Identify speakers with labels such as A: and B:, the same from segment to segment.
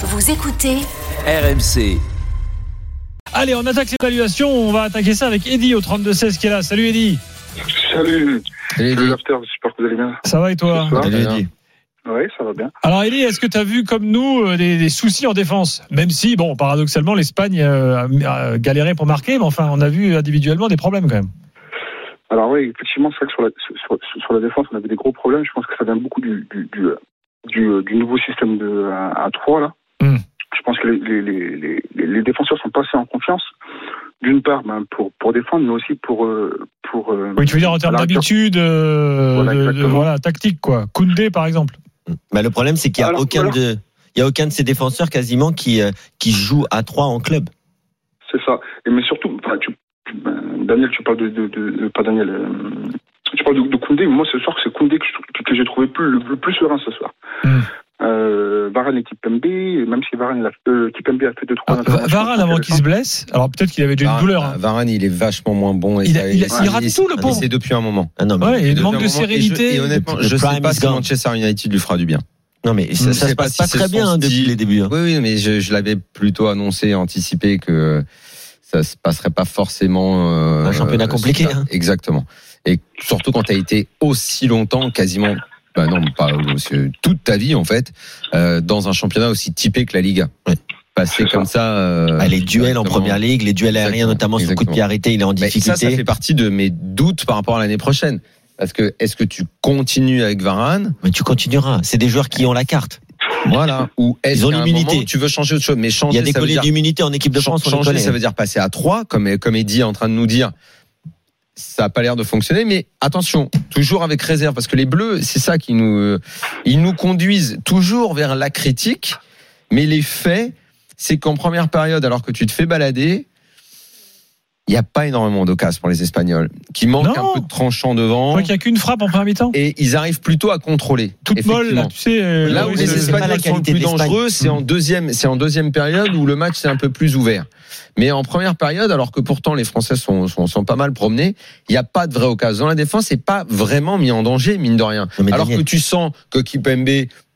A: Vous écoutez
B: RMC.
C: Allez, on attaque les évaluations. On va attaquer ça avec Eddy au 32-16 qui est là. Salut Eddy.
D: Salut,
E: Salut,
D: les
E: Eddy.
D: afters, j'espère que vous allez bien.
C: Ça va et toi
D: Ça va.
E: Salut, Eddy.
D: Oui, ça va bien.
C: Alors Eddy, est-ce que tu as vu comme nous euh, des, des soucis en défense Même si, bon, paradoxalement, l'Espagne euh, a, a galéré pour marquer, mais enfin, on a vu individuellement des problèmes quand même.
D: Alors oui, effectivement, c'est vrai que sur la, sur, sur- sur la défense, on avait des gros problèmes. Je pense que ça vient beaucoup du, du, du, euh, du, euh, du nouveau système de, euh, à, 3, là.
C: Hmm.
D: Je pense que les, les, les, les- les, les défenseurs sont passés en confiance, d'une part ben, pour, pour défendre, mais aussi pour... euh, pour euh,
C: Oui, tu veux dire en termes
D: Alors,
C: d'habitude, euh,
D: Voilà,
C: de- de-
D: exactement.
C: voilà, tactique, quoi. Koundé, par exemple.
E: Bah, le problème, c'est qu'il n'y a,
D: Alors,
E: aucun
D: alors-
E: de... il y a aucun de ces défenseurs quasiment qui, euh, qui joue à 3 en club.
D: C'est ça. Et mais surtout, enfin, tu- ben, Daniel, tu parles de, de- de- de- pas Daniel, euh, tu parles de, de Koundé. Moi, ce soir, c'est Koundé que, je- que j'ai trouvé plus, le, le plus serein ce soir.
C: Mm.
D: Euh, Varane et Kipembe, même si Varane il a, euh, Kipembe a fait deux trois.
C: Ah, Va-
D: interventions
C: Varane, avant qu'il se blesse, alors peut-être qu'il avait déjà une
F: Varane-
C: douleur. hein.
F: Ah, Varane, il est vachement moins bon. Et
C: Il
F: ça-
C: a- il a-
F: ça-
C: il rate
F: est-
C: tout, le
F: mais
C: pauvre.
F: C'est depuis un moment.
E: Ah, non, mais,
C: Ouais, et
F: Depuis
C: manque
F: un
C: de
F: moment, et je-
C: sérénité.
F: Et, honnêtement,
E: Le
F: je sais
E: prime
F: pas
E: is
F: si
E: gone.
F: Manchester United lui fera du bien.
E: non, mais ça,
F: Je
E: ça
F: sais
E: se
F: pas
E: passe
F: si
E: pas
F: c'est
E: très
F: son
E: bien hein, depuis
F: style.
E: les débuts. hein.
F: Oui, oui, mais je, je l'avais plutôt annoncé, anticipé que ça se passerait pas forcément. euh,
E: Un championnat
F: euh,
E: compliqué,
F: sur ça.
E: hein.
F: Exactement. Et surtout quand tu as été aussi longtemps, quasiment, bah non, pas parce que toute ta vie en fait, euh, dans un championnat aussi typé que la Liga.
E: Ouais.
F: Passer
D: C'est
F: comme ça. euh,
E: Ah, les duels en
F: directement.
E: première ligue, les duels aériens,
F: Exactement,
E: notamment sur coup de
F: exactement.
E: pied arrêté, il est en
F: Mais
E: difficulté.
F: Bah, ça, ça fait partie de mes doutes par rapport à l'année prochaine. Parce que est-ce que tu continues avec Varane
E: Mais tu continueras. C'est des joueurs qui ont la carte.
F: Voilà. Ou est-ce
E: Ils ont
F: qu'à un
E: l'immunité.
F: moment, tu veux changer autre chose Mais
E: Il
F: changer,
E: y a des
F: ça veut
E: collègues
F: dire
E: d'immunité en équipe de France, on les
F: changer,
E: connaît.
F: ça veut dire passer à 3, comme, comme Eddy est en train de nous dire. Ça n'a pas l'air de fonctionner, mais attention, toujours avec réserve, parce que les Bleus, c'est ça qui nous, euh, ils nous conduisent toujours vers la critique, mais les faits, c'est qu'en première période, alors que tu te fais balader, il n'y a pas énormément d'occasions pour les Espagnols, qui manquent
C: Non.
F: un peu de tranchant
C: Je
F: devant,
C: crois qu'il n'y a qu'une frappe en première mi-temps.
F: et ils arrivent plutôt à contrôler.
C: Toute molle,
F: effectivement.
C: là, tu sais. euh,
F: Là où
C: oui,
F: les
C: c'est- Mm.
E: c'est pas la
F: Espagnols sont le
E: qualité
F: plus
E: de l'Espagne.
F: dangereux, c'est en deuxième, c'est en deuxième période où le match c'est un peu plus ouvert. Mais en première période, alors que pourtant les Français sont, sont, sont pas mal promenés, il n'y a pas de vraie occasion. Dans la défense, c'est pas vraiment mis en danger, mine de rien.
E: Non, mais
F: Alors que
E: Daniel-
F: tu sens que Kipembe,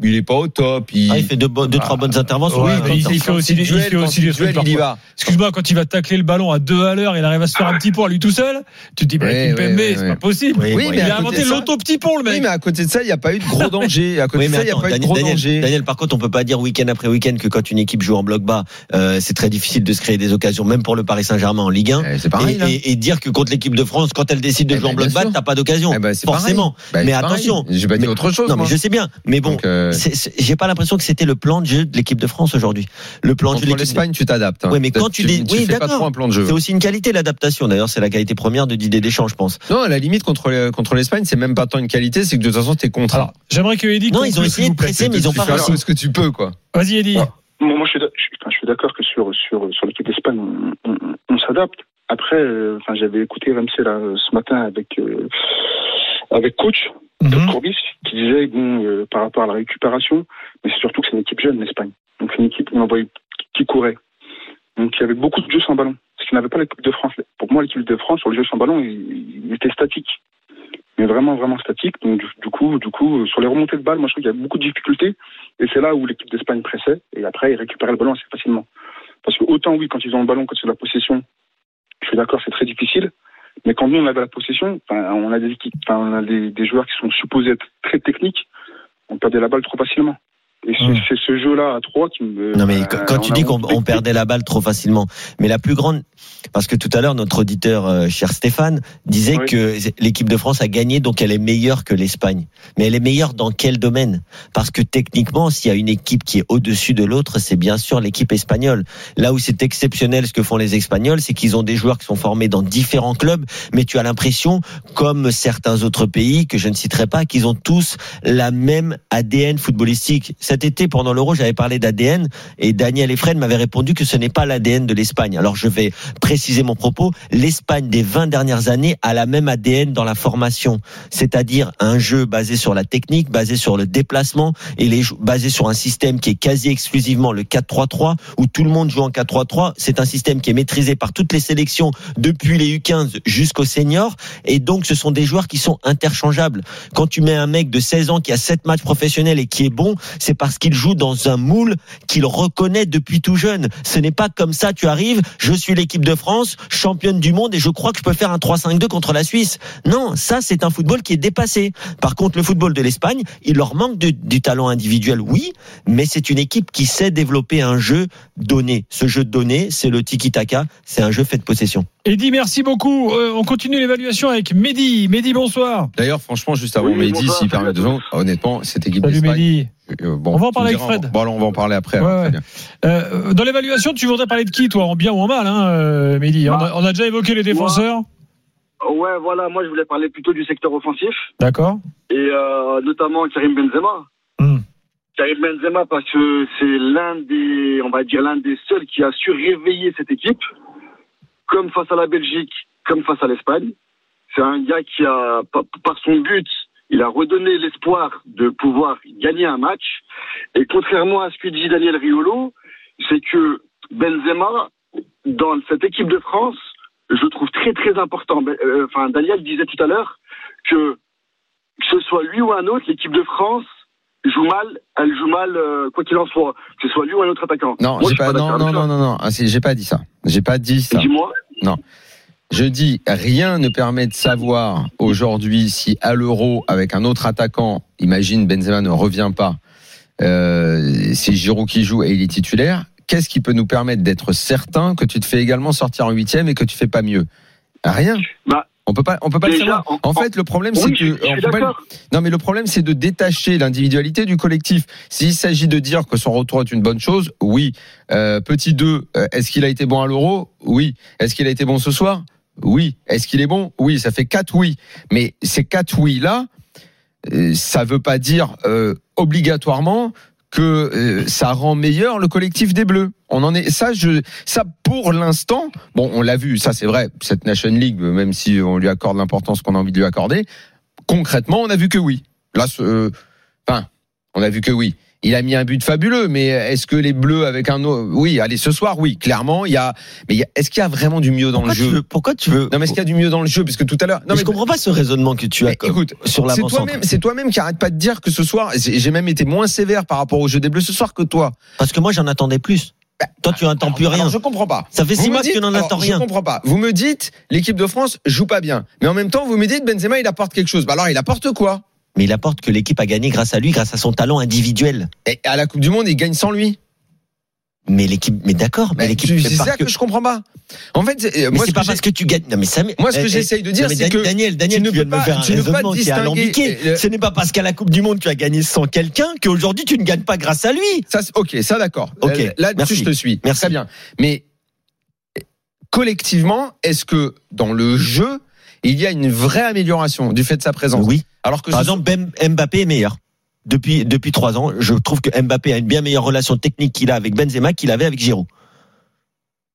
F: il est pas au top. Il,
E: Ah, il fait deux, bo- deux,
C: Ah,
E: trois bonnes interventions.
C: oui,
E: Ouais,
C: mais
E: ouais,
C: il fait aussi des- il
F: duel,
C: fait
F: quand
C: aussi des
F: duel,
C: trucs
F: il y va.
C: Excuse-moi, quand il va tacler le ballon à deux à l'heure, il arrive à se faire un petit pont à lui tout seul. Tu te dis, bah,
F: Ouais,
C: avec
F: ouais,
C: Kimpembe,
F: ouais,
C: c'est
F: ouais.
C: pas possible.
E: Oui,
F: Oui,
E: bon,
F: mais
E: il
C: Il
E: a-
F: à
C: a
F: côté
C: inventé
F: de ça-
C: l'auto-petit pont, le
F: Oui,
C: mec.
F: mais à côté de ça, il n'y a pas eu de gros danger. À côté
E: Oui,
F: de
E: mais
F: ça, il n'y a
E: attends,
F: pas eu de
E: Daniel,
F: gros
E: Daniel-
F: danger.
E: Daniel, par contre, on peut pas dire week-end après week-end que quand une équipe joue en bloc bas, euh, c'est très difficile de se créer des occasions, même pour le Paris Saint-Germain en Ligue 1.
F: Eh, C'est pareil.
E: et,
F: là.
E: et- et dire que contre l'équipe de France, quand elle décide de
F: Eh
E: jouer en
F: ben,
E: bloc
F: bien
E: bas,
F: sûr.
E: t'as pas d'occasion.
F: Eh ben, c'est pareil.
E: Forcément.
F: Bah,
E: mais
F: c'est pareil.
E: attention.
F: J'ai pas dit
E: Mais-
F: autre chose.
E: Non, mais
F: moi.
E: je sais bien. Mais bon,
F: Donc, euh,
E: c'est- c'est- j'ai pas l'impression que c'était le plan de jeu de l'équipe de France aujourd'hui. Le plan de
F: contre
E: jeu de l'équipe.
F: l'Espagne, euh. tu t'adaptes. hein.
E: Ouais, mais quand tu dis-
F: tu
E: oui,
F: fais pas
E: d'accord.
F: trop un plan de jeu.
E: C'est aussi une qualité l'adaptation. D'ailleurs, c'est la qualité première de Didier Deschamps, je pense.
F: Non, à la limite, contre, le- contre l'Espagne, c'est même pas tant une qualité, c'est que de toute façon, t'es contre.
C: Alors, j'aimerais que Eddy.
E: Non,
C: conclue,
E: ils ont essayé
C: s'il vous
E: de
C: plaît.
E: presser, mais ils ont pas
F: tu fais
E: réussi.
F: un peu ce que tu peux, quoi.
C: Vas-y, Eddy.
D: Ah. Moi, moi, je suis d'ac- je suis, enfin, je suis d'accord que sur, sur, sur l'équipe d'Espagne, on, on- on s'adapte. Après, euh, enfin, j'avais écouté RMC là, euh, ce matin avec, euh, avec coach Tom
C: Mhm.
D: Courbis qui disait bon, euh, par rapport à la récupération, mais c'est surtout que c'est une équipe jeune, l'Espagne. Donc une équipe où on voyait qui courait. Donc il y avait beaucoup de jeux sans ballon, ce qui n'avait pas l'équipe de France. Pour moi, l'équipe de France, sur le jeu sans ballon, il, il était statique. Mais vraiment, vraiment statique. Donc du, du coup, du coup, euh, sur les remontées de balles, moi je trouve qu'il y a beaucoup de difficultés. Et c'est là où l'équipe d'Espagne pressait. Et après, ils récupéraient le ballon assez facilement. Parce que autant oui, quand ils ont le ballon, quand c'est de la possession, je suis d'accord, c'est très difficile. Mais quand nous, on avait la possession, enfin, on a, des, équipes, enfin, on a des, des joueurs qui sont supposés être très techniques. On perdait la balle trop facilement. Et c'est
C: Ouais.
D: c'est ce jeu-là à 3 qui me.
E: Hmm. Non mais
D: euh,
E: quand- quand tu
D: on a
E: dis qu'on
D: montré
E: on
D: que-
E: perdait la balle trop facilement, mais la plus grande, parce que tout à l'heure notre auditeur euh, cher Stéphane disait
D: Oui.
E: que l'équipe de France a gagné, donc elle est meilleure que l'Espagne. Mais elle est meilleure dans quel domaine Parce que techniquement, s'il y a une équipe qui est au-dessus de l'autre, c'est bien sûr l'équipe espagnole. Là où c'est exceptionnel ce que font les Espagnols, c'est qu'ils ont des joueurs qui sont formés dans différents clubs, mais tu as l'impression, comme certains autres pays que je ne citerai pas, qu'ils ont tous la même ADN footballistique. Cet été, pendant l'Euro, j'avais parlé d'ADN et Daniel Efren m'avait répondu que ce n'est pas l'ADN de l'Espagne. Alors je vais préciser mon propos. L'Espagne des 20 dernières années a la même ADN dans la formation, c'est-à-dire un jeu basé sur la technique, basé sur le déplacement et les, basé sur un système qui est quasi exclusivement le 4-3-3 où tout le monde joue en 4-3-3. C'est un système qui est maîtrisé par toutes les sélections depuis les U15 jusqu'aux seniors et donc ce sont des joueurs qui sont interchangeables. Quand tu mets un mec de 16 ans qui a 7 matchs professionnels et qui est bon, c'est parce qu'il joue dans un moule qu'il reconnaît depuis tout jeune. Ce n'est pas comme ça, tu arrives, je suis l'équipe de France, championne du monde et je crois que je peux faire un 3-5-2 contre la Suisse. Non, ça c'est un football qui est dépassé. Par contre, le football de l'Espagne, il leur manque de- du talent individuel, oui, mais c'est une équipe qui sait développer un jeu donné. Ce jeu donné, c'est le tiki-taka, c'est un jeu fait de possession.
C: Eddy, merci beaucoup. Euh, on continue l'évaluation avec Mehdi. Mehdi, bonsoir.
F: D'ailleurs, franchement, juste avant
G: Oui,
F: Mehdi,
G: bonsoir, salut
F: s'il permet
G: à
F: de gens, honnêtement, cette équipe
C: Salut
F: d'Espagne.
C: Mehdi.
F: euh, bon,
C: On va en
F: tu
C: parler
F: me
C: avec
F: diras, on-
C: Fred.
F: Bon, alors, on va en parler après. hein,
C: Ouais,
F: alors,
C: ouais.
F: très bien.
C: Euh, dans l'évaluation, tu voudrais parler de qui, toi En bien ou en mal, hein, euh, Mehdi on
E: Bah.
C: a, on a déjà évoqué les défenseurs.
D: Ouais, voilà, moi je voulais parler plutôt du secteur offensif
C: D'accord.
D: et euh, notamment Karim Benzema.
C: Hmm.
D: Karim Benzema parce que c'est l'un des, on va dire l'un des seuls qui a su réveiller cette équipe, comme face à la Belgique, comme face à l'Espagne. C'est un gars qui a, pa- par son but, il a redonné l'espoir de pouvoir gagner un match. Et contrairement à ce que dit Daniel Riolo, c'est que Benzema, dans cette équipe de France, je trouve très très important. Ben- euh, Enfin, Daniel disait tout à l'heure que que ce soit lui ou un autre, l'équipe de France joue mal, elle joue mal euh, quoi qu'il en soit, que ce soit lui ou un autre attaquant.
F: Non,
D: Moi,
F: j'ai
D: je suis
F: pas, non,
D: d'accord
F: non,
D: avec
F: non,
D: ça.
F: non, non, ah, c'est- j'ai pas dit ça. J'ai pas dit ça.
D: Dis-moi,
F: Je dis, rien ne permet de savoir aujourd'hui si à l'euro, avec un autre attaquant, imagine Benzema ne revient pas, euh, c'est Giroud qui joue et il est titulaire, qu'est-ce qui peut nous permettre d'être certain que tu te fais également sortir en huitième et que tu fais pas mieux Rien.
D: Bah,
F: on peut pas, on peut pas le
D: déjà,
F: savoir.
D: en-
F: En fait, le problème,
D: oui,
F: c'est que
D: je,
F: euh,
D: je
F: on
D: suis
F: peut pas le-
D: d'accord.
F: non, mais le problème, c'est de détacher l'individualité du collectif. S'il s'agit de dire que son retour est une bonne chose, oui. Euh, petit 2, euh, est-ce qu'il a été bon à l'euro Oui. Est-ce qu'il a été bon ce soir Oui. Est-ce qu'il est bon Oui. Ça fait quatre oui. Mais ces quatre oui-là, euh, ça veut pas dire euh, obligatoirement que euh, ça rend meilleur le collectif des Bleus. On en est ça je ça pour l'instant bon on l'a vu ça c'est vrai cette Nation League même si on lui accorde l'importance qu'on a envie de lui accorder concrètement, on a vu que oui. Là, ce- euh, enfin, on a vu que oui. Il a mis un but fabuleux, mais est-ce que les Bleus avec un autre- oui, allez ce soir, oui, clairement, il y a, mais il y a- est-ce qu'il y a vraiment du mieux dans
E: Pourquoi
F: le
E: tu
F: jeu
E: veux, pourquoi tu veux
F: Non, mais est-ce qu'il y a du mieux dans le jeu Parce que tout à l'heure, non, bah,
E: je comprends pas ce raisonnement que tu as
F: mais
E: comme-
F: écoute,
E: sur
F: c'est
E: l'avant
F: toi-même, c'est toi-même qui arrête pas de dire que ce soir, j'ai j'ai même été moins sévère par rapport au jeu des Bleus ce soir que toi.
E: Parce que moi, j'en attendais plus. Toi, tu n'attends plus rien.
F: Bah, Alors, je comprends pas.
E: Ça fait
F: Vous
E: six
F: me
E: mois que
F: dites-
E: tu n'en
F: alors,
E: attends rien.
F: Je comprends pas. Vous me dites, l'équipe de France joue pas bien. Mais en même temps, vous me dites, Benzema, il apporte quelque chose. Bah alors, il apporte quoi
E: Mais il apporte que l'équipe a gagné grâce à lui, grâce à son talent individuel.
F: Et à la Coupe du Monde, il gagne sans lui.
E: Mais l'équipe, mais d'accord, mais
F: Mais
E: l'équipe
F: tu-
E: fait
F: c'est
E: pas
F: ça que...
E: que-
F: je comprends pas. En fait, c'est- euh,
E: Mais
F: moi,
E: c'est
F: ce
E: pas
F: que j'ai-
E: parce que tu gagnes. Non, mais ça. mais-
F: moi, ce
E: eh,
F: que
E: eh,
F: j'essaye de
E: non,
F: dire,
E: mais
F: c'est
E: Dan-
F: que
E: Daniel, Daniel,
F: tu ne
E: viens
F: peux
E: de me
F: pas-
E: faire un
F: tu ne peux pas
E: raisonnement qui est
F: distinguer-
E: alambiqué.
F: le-
E: Ce n'est pas parce qu'à la Coupe du Monde tu as gagné sans quelqu'un qu'aujourd'hui tu ne gagnes pas grâce à lui.
F: ça, c'est- ok, ça d'accord.
E: Ok,
F: Euh, Là-dessus,
E: merci.
F: je te suis.
E: Merci.
F: Très bien. Mais euh, collectivement, est-ce que dans le jeu, il y a une vraie amélioration du fait de sa présence
E: Oui.
F: Alors que
E: Par
F: ce
E: exemple, Bem- Mbappé est meilleur. Depuis, depuis trois ans, je trouve que Mbappé a une bien meilleure relation technique qu'il a avec Benzema qu'il avait avec Giroud.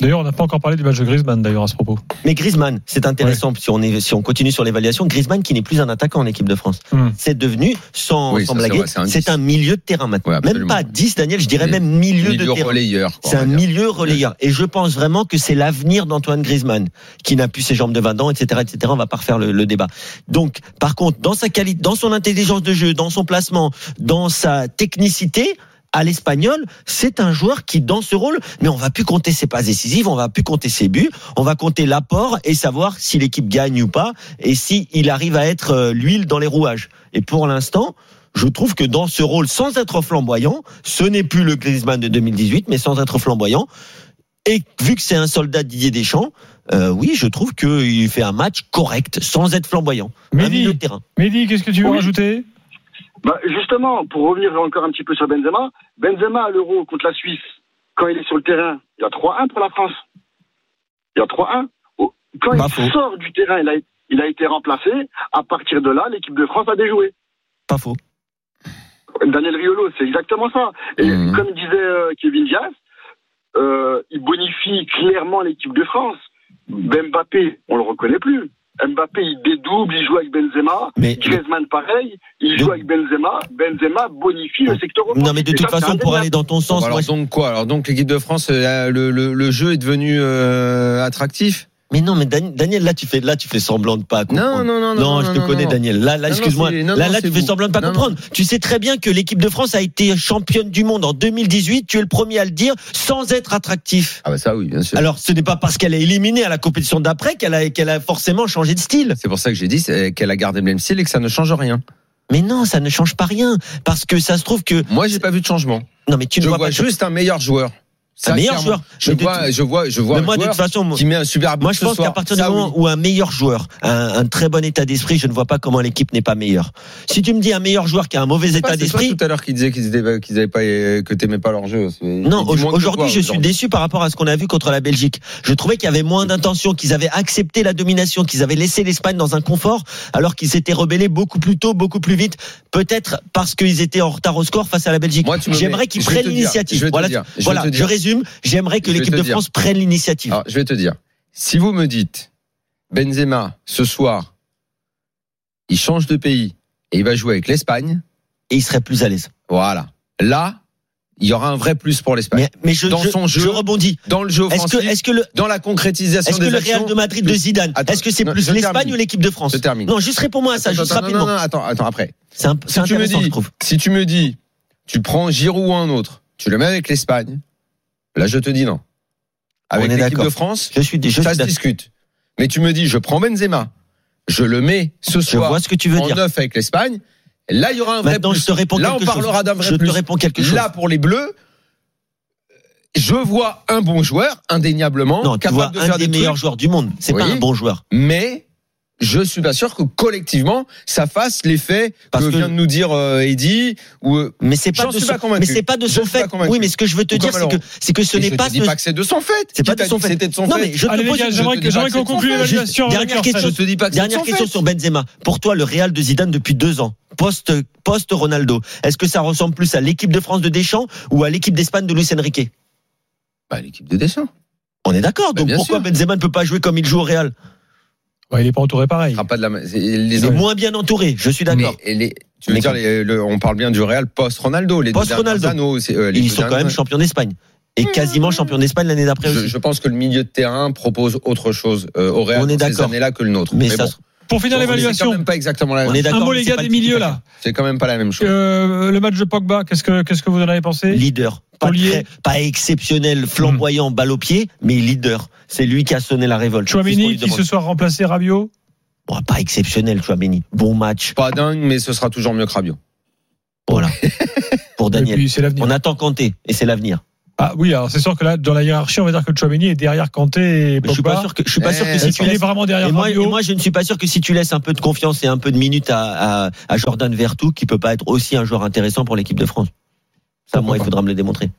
C: D'ailleurs, on n'a pas encore parlé du match de Griezmann, d'ailleurs, à ce propos.
E: Mais Griezmann, c'est intéressant si on est, si on continue sur l'évaluation, Griezmann qui n'est plus un attaquant en équipe de France,
C: Hmm.
E: c'est devenu sans,
F: Mm. Oui,
E: sans
F: ça, c'est
E: blaguer,
F: vrai, c'est un
E: c'est
F: dix.
E: un milieu de terrain maintenant.
F: Ouais,
E: même
F: absolument.
E: pas 10 Daniel, je dirais
F: Mais-
E: même milieu,
F: milieu
E: de terrain.
F: relayeur. quoi,
E: C'est
F: on va
E: un
F: dire.
E: milieu relayeur. Et je pense vraiment que c'est l'avenir d'Antoine Griezmann, qui n'a plus ses jambes de 20 ans, etc., etc. On va pas refaire le, le débat. Donc, par contre, dans sa qualité, dans son intelligence de jeu, dans son placement, dans sa technicité, à l'espagnol, c'est un joueur qui, dans ce rôle, mais on va plus compter ses passes décisives, on va plus compter ses buts, on va compter l'apport et savoir si l'équipe gagne ou pas et si il arrive à être euh, l'huile dans les rouages. Et pour l'instant, je trouve que dans ce rôle, sans être flamboyant, ce n'est plus le Griezmann de 2018, mais sans être flamboyant. Et vu que c'est un soldat de Didier Deschamps, euh, oui, je trouve qu'il fait un match correct, sans être flamboyant.
C: Mais
E: un
C: dis-
E: milieu de terrain.
C: Mehdi, qu'est-ce que tu veux
D: Oui.
C: rajouter
D: Bah, justement, pour revenir encore un petit peu sur Benzema, Benzema à l'Euro contre la Suisse, quand il est sur le terrain, il y a 3-1 pour la France. Il y a 3-1. Oh, Quand
F: Bah,
E: Pas
D: il
E: faux.
D: sort du terrain, il a, il a été remplacé. À partir de là, l'équipe de France a déjoué.
E: Pas faux.
H: Daniel Riolo, c'est exactement ça. Et
F: Mhm.
H: comme disait euh, Kevin Diaz, euh, il bonifie clairement l'équipe de France. Ben Mbappé, on le reconnaît plus. Mbappé, il dédouble, il joue avec Benzema.
E: Mais
H: Griezmann, pareil, il joue
E: Donc- Ah.
H: avec Benzema. Benzema bonifie le secteur offensif.
E: non, mais de
H: Et
E: toute
H: ça, c'est
E: façon,
H: indéniable.
E: pour aller dans ton
F: Bon,
E: sens, moi,
F: Bah, alors
E: je-
F: donc quoi Alors donc l'équipe de France, euh, le, le- le jeu est devenu euh, attractif
E: mais non, mais Dan- Daniel, là, tu fais, là, tu fais semblant de pas
F: non,
E: comprendre.
F: non,
E: Non, je te connais, Daniel. Là, là,
F: Non, non,
E: excuse-moi.
F: c'est- non,
E: Là,
F: non,
E: là, tu
F: c'est
E: fais
F: vous.
E: semblant de pas
F: Non, non.
E: comprendre. Tu sais très bien que l'équipe de France a été championne du monde en 2018. Tu es le premier à le dire sans être attractif.
F: Ah bah ça oui, bien sûr.
E: Alors, ce n'est pas parce qu'elle est éliminée à la compétition d'après qu'elle a, qu'elle a forcément changé de style.
F: C'est pour ça que j'ai dit c'est qu'elle a gardé le même style et que ça ne change rien.
E: Mais non, ça ne change pas rien. Parce que ça se trouve que,
F: Moi, j'ai pas vu de changement.
E: non, mais tu ne
F: Je
E: vois,
F: vois,
E: pas
F: juste un meilleur joueur.
E: un
F: Ça,
E: meilleur
F: clairement.
E: joueur.
F: Je
E: Mais de
F: vois,
E: tout-
F: je vois, je vois
E: mais
F: un
E: moi, de
F: joueur
E: toute façon, moi-
F: qui met un super but
E: Moi, je
F: ce
E: pense
F: soir.
E: qu'à partir du
F: Ça,
E: moment
F: oui.
E: où un meilleur joueur a un, un très bon état d'esprit, je ne vois pas comment l'équipe n'est pas meilleure. Si tu me dis un meilleur joueur qui a un mauvais
F: Ah,
E: état
F: c'est toi
E: d'esprit,
F: tout à l'heure qui disait qu'ils étaient- qu'ils avaient pas euh, que t'aimais pas leur jeu. C'est-
E: non,
F: ils disent
E: au-
F: moins que
E: aujourd'hui,
F: toi,
E: je suis déçu par rapport à ce qu'on a vu contre la Belgique. Je trouvais qu'il y avait moins d'intention, qu'ils avaient accepté la domination, qu'ils avaient laissé l'Espagne dans un confort, alors qu'ils s'étaient rebellés beaucoup plus tôt, beaucoup plus vite. Peut-être parce qu'ils étaient en retard au score face à la Belgique.
F: Moi, tu me
E: J'aimerais
F: mets-
E: qu'ils
F: je vais
E: prennent
F: te dire, je
E: l'initiative.
F: vais te
E: Voilà,
F: dire, je vais
E: voilà,
F: te
E: je
F: dire.
E: résume. J'aimerais que
F: Je vais
E: l'équipe
F: te
E: de
F: dire. Ah.
E: France prenne l'initiative.
F: Alors, je vais te dire. Si vous me dites, Benzema, ce soir, il change de pays et il va jouer avec l'Espagne,
E: Et ils seraient plus à l'aise.
F: voilà. Là, il y aura un vrai plus pour l'Espagne.
E: Mais, mais je,
F: Dans
E: je-
F: son jeu,
E: je rebondis.
F: Dans le jeu
E: Est-ce
F: offensif,
E: que, est-ce que le,
F: dans la concrétisation
E: Est-ce que
F: des
E: le
F: actions.
E: Real de Madrid de Zidane,
F: Attends,
E: est-ce que c'est
F: non,
E: plus
F: je
E: l'Espagne
F: termine.
E: ou l'équipe de France
F: Je termine.
E: Non, juste réponds-moi à ça,
F: Attends,
E: juste
F: attends, non,
E: rapidement.
F: non, non, attends, attends, après.
E: C'est un- c'est
F: Si tu, me
E: intéressant,
F: dis,
E: je trouve.
F: si tu me dis, tu prends Giroud ou un autre, tu le mets avec l'Espagne, là je te dis non. Avec
E: On est
F: l'équipe
E: d'accord.
F: de France,
E: Je suis, je suis
F: ça se
E: d'accord.
F: discute. Mais tu me dis, je prends Benzema, je le mets ce
E: Je
F: soir
E: vois ce que tu veux
F: en
E: dire.
F: neuf avec l'Espagne. Et Là, il y aura un vrai
E: Maintenant,
F: plus.
E: je te réponds
F: Là, on
E: quelque chose.
F: parlera d'un vrai
E: je
F: plus.
E: te réponds quelque chose.
F: Là, pour les Bleus, je vois un bon joueur, indéniablement,
E: non, tu vois,
F: capable de
E: un
F: faire
E: des
F: des,
E: meilleurs
F: meilleurs
E: joueurs du monde. C'est pas
F: Oui.
E: un bon joueur.
F: mais je suis pas sûr que collectivement, ça fasse l'effet
E: Parce
F: que,
E: que-
F: vient de nous dire euh, Eddy ou euh,
E: Mais c'est pas
F: J'en
E: de
F: suis
E: son,
F: pas convaincu.
E: mais c'est pas de
F: Je
E: son
F: suis pas
E: fait.
F: convaincu.
E: Oui, mais ce que je veux te
F: Ou
E: dire,
F: comme
E: c'est que,
F: alors.
E: c'est que ce
F: Et
E: n'est
F: je
E: pas
F: te dis
E: de-
F: pas que c'est de son fait.
E: C'est pas
F: Qui t'a
E: de son
F: dit que
E: fait.
F: C'était de son
E: Non,
F: fait.
E: mais je te
C: Allez, les
E: pose
C: gars,
E: une-
C: j'aimerais
F: te dis
C: que-
F: pas
C: j'aimerais
F: que
C: qu'on
F: c'est ton
C: conclue
F: fait.
C: l'évaluation.
E: Dernière
C: Vainqueur,
E: question.
C: ça,
F: Je te dis pas que c'est
E: Dernière
F: son
E: question
F: fait.
E: sur Benzema. Pour toi, le Real de Zidane depuis deux ans, post, post Ronaldo, est-ce que ça ressemble plus à l'équipe de France de Deschamps ou à l'équipe d'Espagne de Luis Enrique
F: Bah, l'équipe de dessin.
E: On est d'accord.
F: Bah,
E: Donc
F: bien
E: pourquoi
F: sûr.
E: Benzema ne peut pas jouer comme il joue au Real
C: Ouais, il est pas entouré pareil.
F: Il sera pas de la ma- c'est- les
E: Il est moins bien entouré. Je suis d'accord.
F: Mais les- tu veux
E: Mais
F: dire,
E: comme-
F: les- le- on parle bien du Real post-Ronaldo. Les deux
E: Post-Ronaldo.
F: dernières années, c'est, euh, les deux
E: Ils sont quand
F: dernières-
E: même champions d'Espagne et quasiment champions d'Espagne l'année d'après
F: Je,
E: aussi.
F: je pense que le milieu de terrain propose autre chose euh, au Real
E: On est
F: dans ces
E: d'accord.
F: années-là que le nôtre.
E: Mais ça,
F: bon,
E: se-
C: Pour finir
F: c'est quand
C: l'évaluation,
F: même pas exactement la
E: on est
F: même
C: un
E: d'accord.
C: mot
E: mais
C: les
E: c'est
C: gars
E: pas
C: des
E: le type
C: milieux
E: d'attaque.
C: là.
F: C'est quand même pas la même chose.
C: Euh, le match de Pogba, qu'est-ce que qu'est-ce que vous en avez pensé
E: Leader, pas,
C: Ollier.
E: très- pas exceptionnel, flamboyant,
C: Hmm.
E: balle au pied, mais leader. C'est lui qui a sonné la révolte. C'est ce qu'on
C: Chouameni
E: lui
C: qui
E: demande.
C: ce soir remplacé Rabiot.
E: Bon, pas exceptionnel, Chouameni. Bon match,
F: Pas dingue, mais ce sera toujours mieux que Rabiot.
E: voilà. Pour
C: Et
E: Daniel.
C: puis c'est l'avenir.
E: On attend Kanté et c'est l'avenir.
C: Ah oui, alors c'est sûr que là, dans la hiérarchie, on va dire que Chouameni est derrière Kanté et
E: Mais Je suis
C: Pogba.
E: pas sûr que je suis pas
F: Eh,
E: sûr que
C: Est-ce
E: si tu
C: qu'il est
E: laisses
C: vraiment derrière
E: et moi, et
C: Rabiot
E: moi, je ne suis pas sûr que si tu laisses un peu de confiance et un peu de minutes à, à, à Jordan Vertu, qui peut pas être aussi un joueur intéressant pour l'équipe de France. Ça, moi, il faudra me le démontrer.